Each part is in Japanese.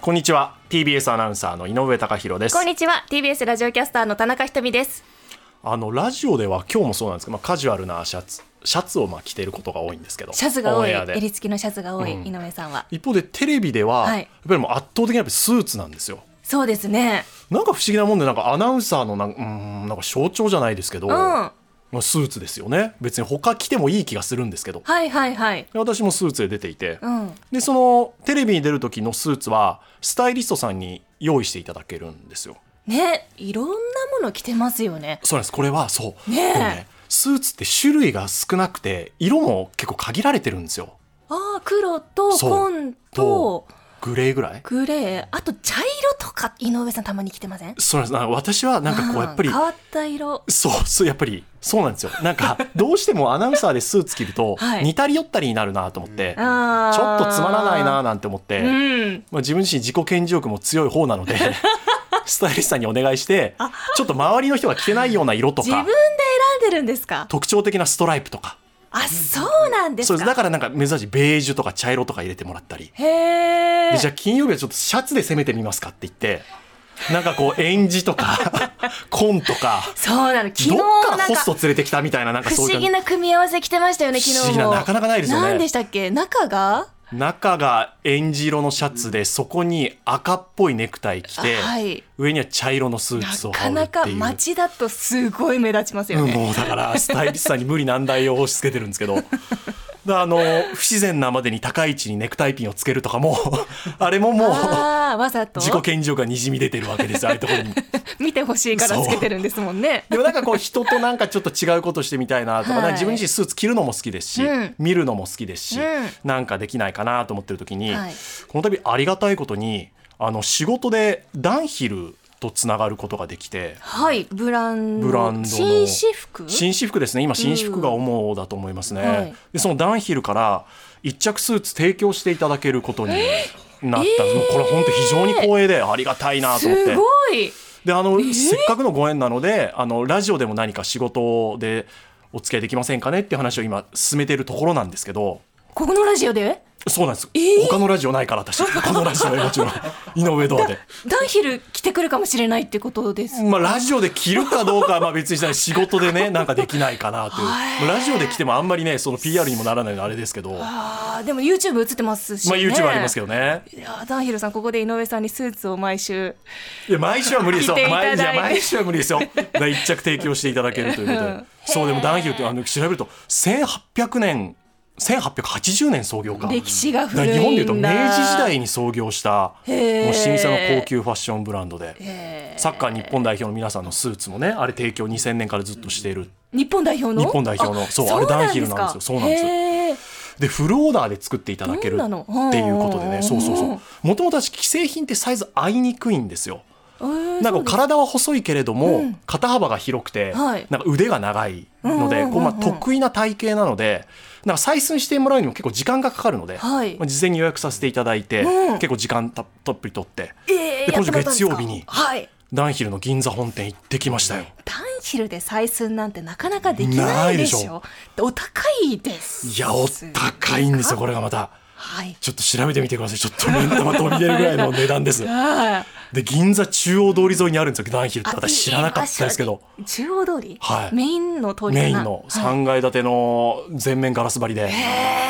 こんにちは TBS アナウンサーの井上貴博ですこんにちは TBS ラジオキャスターの田中ひとみですあのラジオでは今日もそうなんですけど、まあ、カジュアルなシャツシャツをまあ着ていることが多いんですけどシャツが多オンいエアで襟付きのシャツが多い、うん井上さんは一方でテレビでは、はいやっぱりもう圧倒的にやっぱりスーツなんですよそうですねなんか不思議なもんでなんかアナウンサーのなんうーんなんか象徴じゃないですけど、うんはまあスーツですよね別に他着てもいい気がするんですけどいはいはい私もスーツで出ていて、うんでそのテレビに出る時のスーツはスタイリストさんに用意していただけるんですよねいろんなもの着てますよねそうなんですこれはそう、ねえこれスーツって種類が少なくて色も結構限られてるんですよああ黒とそう紺ととグレーぐらいグレーあと茶色とか井上さんたまに着てませんそうなんですなんか私はなんかこうあーやっぱり変わった色そうそうやっぱりそうなんですよなん かどうしてもアナウンサーでスーツ着ると、はい似たり寄ったりになるなと思って、あーちょっとつまらないななんて思って、うんまあ、自分自身自己顕示欲も強い方な のでスタイリストさんにお願いしてちょっと周りの人が着てないような色と自分かで選んでるんですか特徴的なストライプとかあそうなんですそうでかすだからなんか珍しいベージュとか茶色とか入れてもらったりへえでじゃあ金曜日はちょっとシャツで攻めてみますかって言ってなんかこう演じと か紺とかそうなの昨日どっなかんらかホスト連れてきたみたいななんか不そう思いう感じ議な組み合わせ着てましたよね不昨思日も議ななかなかないですよね何でしたっけ中が中がエンジ色のシャツでそこに赤っぽいネクタイ着て、あはい上には茶色のスーなツをか羽織るっなかていう街だとすごい目立ちますようんね、もうだからスタイリストさんに無理難題を押し付けてるんですけどであの不自然なまでに高い位置にネクタイピンをつけるとかもあれももうああわざと自己顕示欲がにじみ出てるわけですよああいうところにも。見てほしいからつけてるんですもんねでもなんかこう人となんかちょっと違うことしてみたいなとか、はないんか自分自身スーツ着るのも好きですし、うん見るのも好きですし、うんなんかできないかなと思ってる時に、はいこの度ありがたいことにあの仕事でダンヒルとつながることができて。はいブランドブランドの紳士服紳士服ですね今紳士服が主だと思いますね、うんはいでそのダンヒルから一着スーツ提供していただけることになったんです、もうこれ本当非常に光栄でありがたいなと思ってすごいであの、せっかくのご縁なのであのラジオでも何か仕事でお付き合いできませんかねっていう話を今進めてるところなんですけどここのラジオでそうなんです、えー他のラジオないから私他のラジオはもちろん 井上堂で。ダンヒル着てくるかもしれないってことですまあ、ラジオで着るかどうかはまあ別にしたい仕事でねなんかできないかなという、はいまあラジオで着てもあんまりねその PR にもならないのであれですけど、まあ、あーでも YouTube 映ってますし、ね、 YouTube ありますけどどねいやーダンヒルさんここで井上さんにスーツを毎週いや毎週は無理ですよ着ていただ毎いていや毎週は無理ですよだから一着提供していただけるということで、うんそうでもダンヒルってあの調べると1800年1880年創業か歴史がだから古いんだ日本でいうと明治時代に創業したもうへー老舗の高級ファッションブランドでえーサッカー日本代表の皆さんのスーツもねあれ提供2000年からずっとしている日本代表の日本代表のそうあれダンヒルなんですよそうなんですよですでフルオーダーで作っていただけるどんなのっていうことでうねんそうそうそううんもともと私既製品ってサイズ合いにくいんですよよなんか体は細いけれども、うん肩幅が広くて、はいなんか腕が長いので、うんうんうんうんこうまあ得意な体型なのでなんか採寸してもらうにも結構時間がかかるので、はいまあ事前に予約させていただいて、うん結構時間たたっぷりとってでえー、今週やってもらったんですか月曜日にはいダンヒルの銀座本店行ってきましたよ。ダンヒルで採寸なんてなかなかできないでしょないでしょお高いですいやお高いんですよこれがまたはいちょっと調べてみてくださいちょっと目ん玉飛び出るぐらいの値段ですあで銀座中央通り沿いにあるんですよダンヒルってー私知らなかったですけどいい場所に中央通り、はいメインの通りかなメインのはい3階建ての全面ガラス張りで、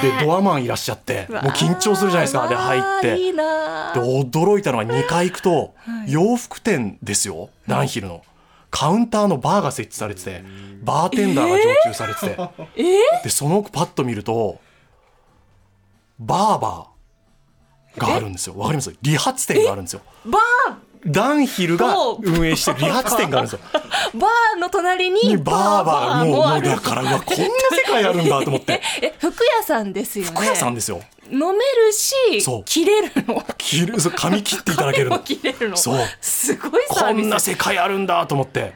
でドアマンいらっしゃってもう緊張するじゃないですかでわー入っていでいなー驚いたのは2階行くと洋服店ですよ、ダンヒルのカウンターのバーが設置されててバーテンダーが常駐されてて、えでその奥パッと見るとバーバーがあるんですよわかります理髪店があるんですよー、バダンヒルが運営してる理髪店がある んですよーバーの隣ににバーバーもうもあもうるだからうわこんな世界あるんだと思ってええ服屋さんですよね服屋さんですよ飲めるしそう切れるの切るそう髪切っていただけ るの切れるのそうすごいサこービスんな世界あるんだと思ってで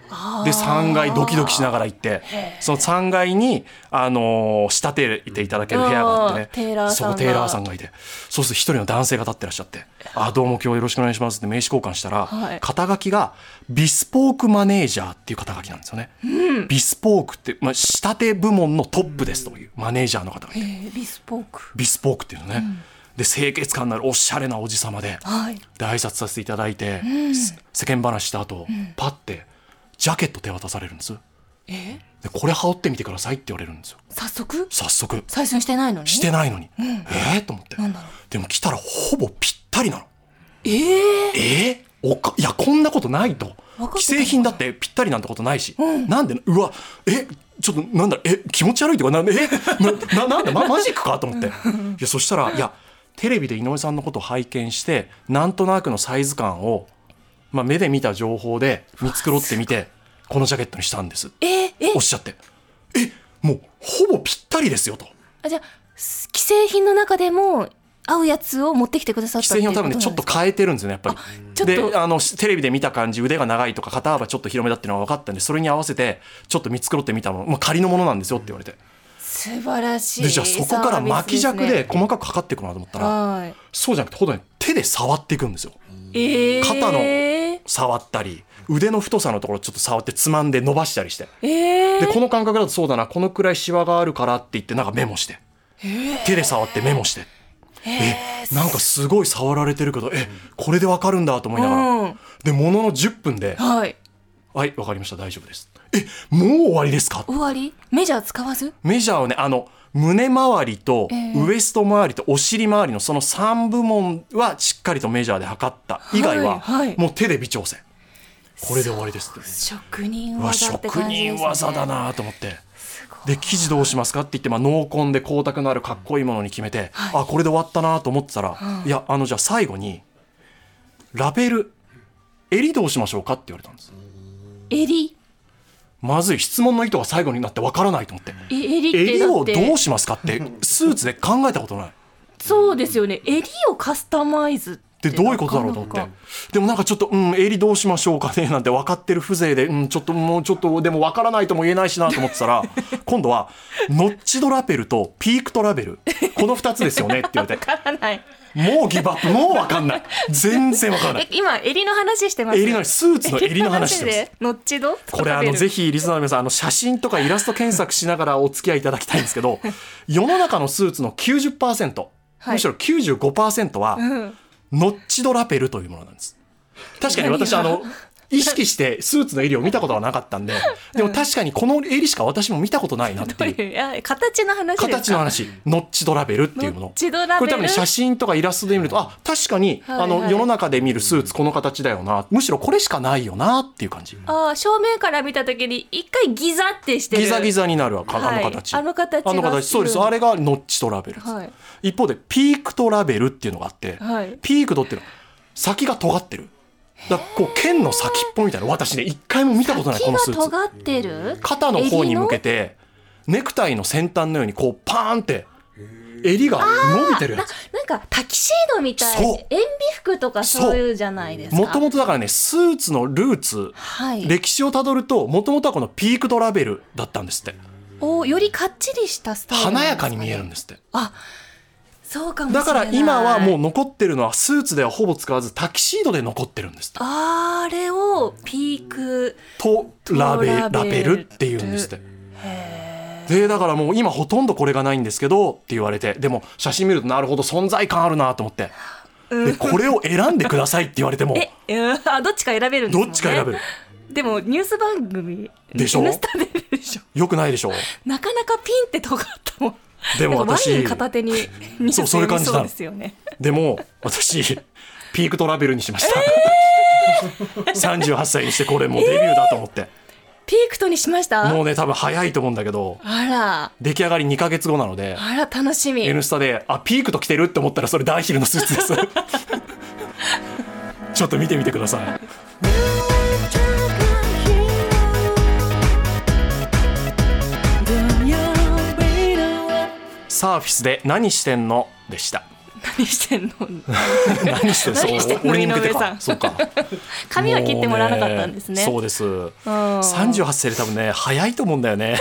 3階ドキドキしながら行ってその3階に、あのー仕立てていただける部屋があってねあーテイラーさんがそうテイラーさんがいてそうすると一人の男性が立ってらっしゃって「あーどうも今日よろしくお願いします」って名刺交換したら、はい肩書きがビスポークマネージャーっていう肩書きなんですよね、ビスポークって、まあ、仕立て部門のトップですというマネージャーの方がいてえービスポークビスポークっていうのね、で清潔感のあるおしゃれなおじさまではいで挨拶させていただいて、せ世間話した後、パッてジャケット手渡されるんですえでこれ羽織ってみてくださいって言われるんですよ早速早速採寸してないのにしてないのに、えー、と思ってなんだろうでも来たらほぼぴったりなのえええーおかいやこんなことないと分かってた既製品だってぴったりなんてことないし、なんでうわえちょっとなんだえ気持ち悪いとかなんでえなななんだ、ま、マジックかと 思っていやそしたらいやテレビで井上さんのことを拝見してなんとなくのサイズ感を、まあ、目で見た情報で見繕ってみてこのジャケットにしたんですええおっしゃってえもうほぼぴったりですよとあじゃあす既製品の中でも合うやつを持ってきてくださった既製品のためにちょっとっていうこ変えてるんですよねやっぱりちょっとであのテレビで見た感じ腕が長いとか肩幅ちょっと広めだっていうのが分かったんでそれに合わせてちょっと見繕ってみたもの、まあ、仮のものなんですよって言われてとなんです素晴らしいでじゃあそこから巻きサー尺ビスですね細かく測っていくなと思ったらはそうじゃなくてほどに手で触っていくんですよいええ肩のえ触ったり腕の太さのところちょっと触ってつまんで伸ばしたりしてえでこの感覚だとそうだなこのくらいシワがあるからって言ってなんかメモして手で触ってメモしてえなんかすごい触られてるけどえこれでわかるんだと思いながら、うんでものの10分ではいはい、わかりました、大丈夫です。え、もう終わりですか終わりメジャー使わずメジャーをね、あの、胸周りとええウエスト周りとお尻周りのその3部門はしっかりとメジャーで測った以外は、はいはいもう手で微調整。これで終わりですって。職人うわ、技って職感じです、ね、人技だなと思って。で生地どうしますかって言って、まあ、濃紺で光沢のあるかっこいいものに決めて、あこれで終わったなと思ってたら、いやあのじゃあ最後にラベル襟どうしましょうかって言われたんです襟まずい質問の意図が最後になってわからないと思ってえ襟って襟だっをてどうしますかってスーツで考えたことないそうですよね襟をカスタマイズってでどういうことだろうと思ってでもなんかちょっとうん襟どうしましょうかねなんて分かってる風情でうんちょっともうちょっとでも分からないとも言えないしなと思ってたら今度はノッチドラペルとピークトラベルこの2つですよねって言われてわからないもうギブアップもう分かんない全然分からなえい今襟の話してます襟のスーツの襟の話してますでノッチドこれあのぜひひリスナーの皆さんあの写真とかイラスト検索しながらお付き合いいただきたいんですけ ど世の中のスーツの90%、はいむしろ95%は、んノッチドラペルというものなんです確かに私あ何がの意識してスーツの襟を見たことはなかった んででも確かにこの襟しか私も見たことないなっていういや形の話ですか形の話ノッチドラベルっていうもノのッチドラベルこれ多分ね写真とかイラストで見るとあ確かに、はいはいあの世の中で見るスーツこの形だよなむしろこれしかないよなっていう感じあー正面から見た時に一回ギザってしてるギザギザになるわかはいあの形あの形があの形そうです好きなあれがノッチトラベルです、はい一方でピークトラベルっていうのがあって、はいピークドっていうのは先が尖ってるだからこう剣の先っぽみたいな私ね一回も見たことないこの木がスーツ尖ってる肩の方に向けてネクタイの先端のようにこうパーンって襟が伸びてる襟のやなつなんかタキシードみたいそう塩ビ服とかそういうじゃないですかもともとだからねスーツのルーツはい歴史をたどるともともとはこのピークトラベルだったんですっておよりかっちりしたスタイルなんで華すねやかに見えるんですってあそうかもしれだないから今はもう残ってるのはスーツではほぼ使わずタキシードで残ってるんですってあれをピークとラベララベベルルっていうんですって。でだからもう今ほとんどこれがないんですけどって言われてでも写真見るとなるほど存在感あるなと思ってで これを選んでくださいって言われてもえうんあどっちか選べるんですどもんねっちか選べるでもニュース番組でしょ N スタででしょよくないでしょなかなかピンって尖ったもんでもなんか私ワイン片手にニュースそうそれ感じたそうですよねでも私ピークトラベルにしました、38歳に してこれもうデビューだと思って、ピークとにしましたもうね多分早いと思うんだけどあら出来上がり2ヶ月後なのであら楽しみ N スタで、あ、ピークと来てるって思ったら、それダーヒルのスーツです。 ちょっと見てみてください。サーフィスで何してんのでした。何してんの何してん何してんのそう俺に向けて井上さか。んそうか。髪は切ってもらわなかったんですねもうそうです。38歳で多分ね、早いと思うんだよ ね。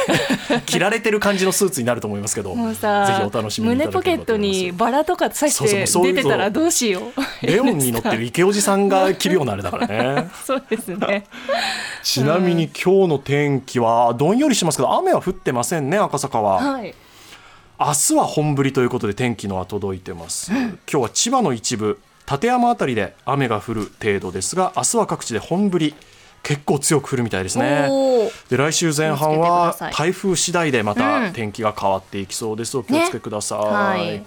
着られてる感じのスーツになると思いますけど。もうさぜひお楽しみにいた胸だポけケれッばとト思いますにバラとか刺そうそうもうしそういてう出てたらどうしようレオンに乗ってる池おじさんが着るようなあれだからね。 そうですねちなみに今日の天気はどんよりしますけど、雨は降ってませんね、赤坂は。はい明日は本降りということで天気のは届いてます、今日は千葉の一部館山あたりで雨が降る程度ですが明日は各地で本降り結構強く降るみたいですねおーで来週前半気をはつけてくださ台風次第でまうたん天気が変わっていきそうですお気をつけください、はい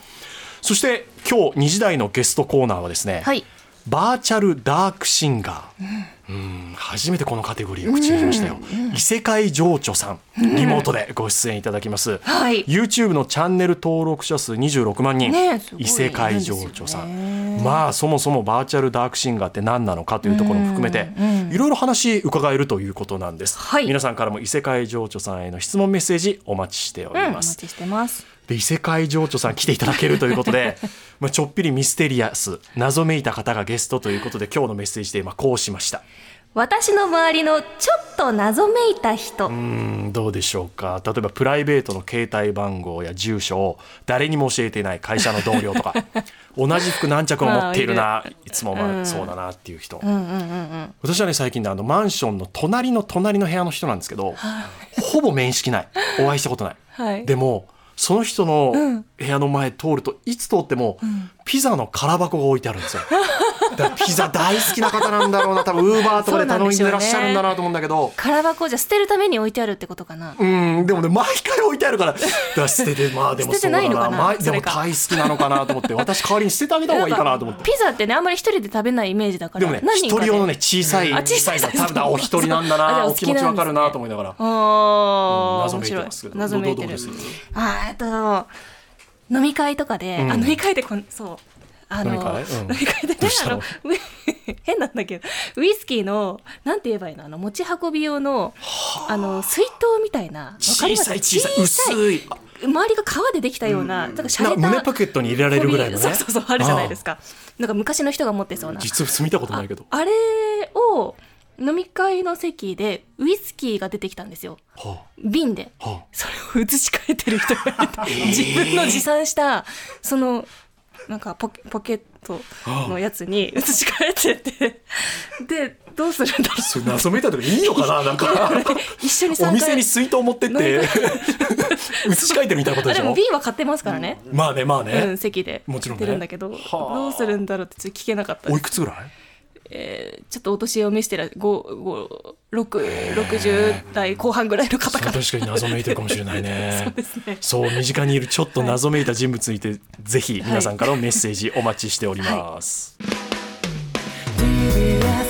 そして今日2時台のゲストコーナーはですね、はいバーチャルダークシンガー、うん、初めてこのカテゴリーを口にしましたよ、異世界情緒さんリモートでご出演いただきます、はい YouTube のチャンネル登録者数26万人、ねえすごい異世界情緒さいんまあそもそもバーチャルダークシンガーって何なのかというところも含めていろいろ話伺えるということなんです、はい皆さんからも異世界情緒さんへの質問メッセージお待ちしておうんりおま待す、ちしてますで異世界情緒さん来ていただけるということでまあちょっぴりミステリアス謎めいた方がゲストということで今日のメッセージテーマこうしました私の周りのちょっと謎めいた人うんどうでしょうか例えばプライベートの携帯番号や住所を誰にも教えていない会社の同僚 とか同じ服何着を持っているな、いつもまあそうだなっていう人、私はね最近ねあのマンションの隣の隣の部屋の人なんですけど、ほぼ面識ないお会いしたことない、はいでもその人の部屋の前通るといつ通ってもピザの空箱が置いてあるんですよ。だからピザ大好きな方なんだろうな多分ウーバーとかで頼んでらっしゃるんだなと思うんだけど。空箱じゃ捨てるために置いてあるってことかなうん、でもね、毎回置いてある から、だから捨てて、まあでも捨てそうてだないな、のかなまあそでれもか大好きなのかなと思って、私代わりに捨ててあげた方がいいかなと 思って。ピザってねあんまり一人で食べないイメージだかでらもね、何一人か人で用のね、小さい、あ小さい多分だお一人なんだ あじゃあな、おお好気きな持んでちわかすねるなと思いながら、あー謎面めいて白いますけど、謎めいてどうるどうですあーえっと飲み会とかで、うんあ飲み会でこんそうあの飲み会うん飲み会でねどうしあたのの ウイ変なんだけどウイスキーのなんて言えばいいのあの持ち運び用のあの水筒みたいなわか小りますさい小さい、薄い。周りが革でできたような、なんか洒な落た胸ポケットに入れられるぐらいのねそうそうそうあるじゃないですかなんか昔の人が持ってそうな実物見たことないけど。あれを飲み会の席でウイスキーが出てきたんですよは瓶であ、はそれを移し替えてる人が いた自分の持参したそのなんかポケポケットのやつに移し替えててでどうするんだろあ。それ謎めいたとかいいのか ななんか。う一緒にお参加店に水筒持ってって、 移し替えてるみたいなことあでしでもょ瓶は買ってますからね、まあね、まあうねん、。席でもちろんね買ってるんだけど、はあどうするんだろうってちょっと聞けなかったおでいす、くつぐらいえーちょっとお年を召してら560代後半ぐらいの方それかはら確かに謎めいてるかもしれないね。 そうですね そう身近にいるちょっと謎めいた人物について、ぜひ皆さんからのメッセージお待ちしております。 TBS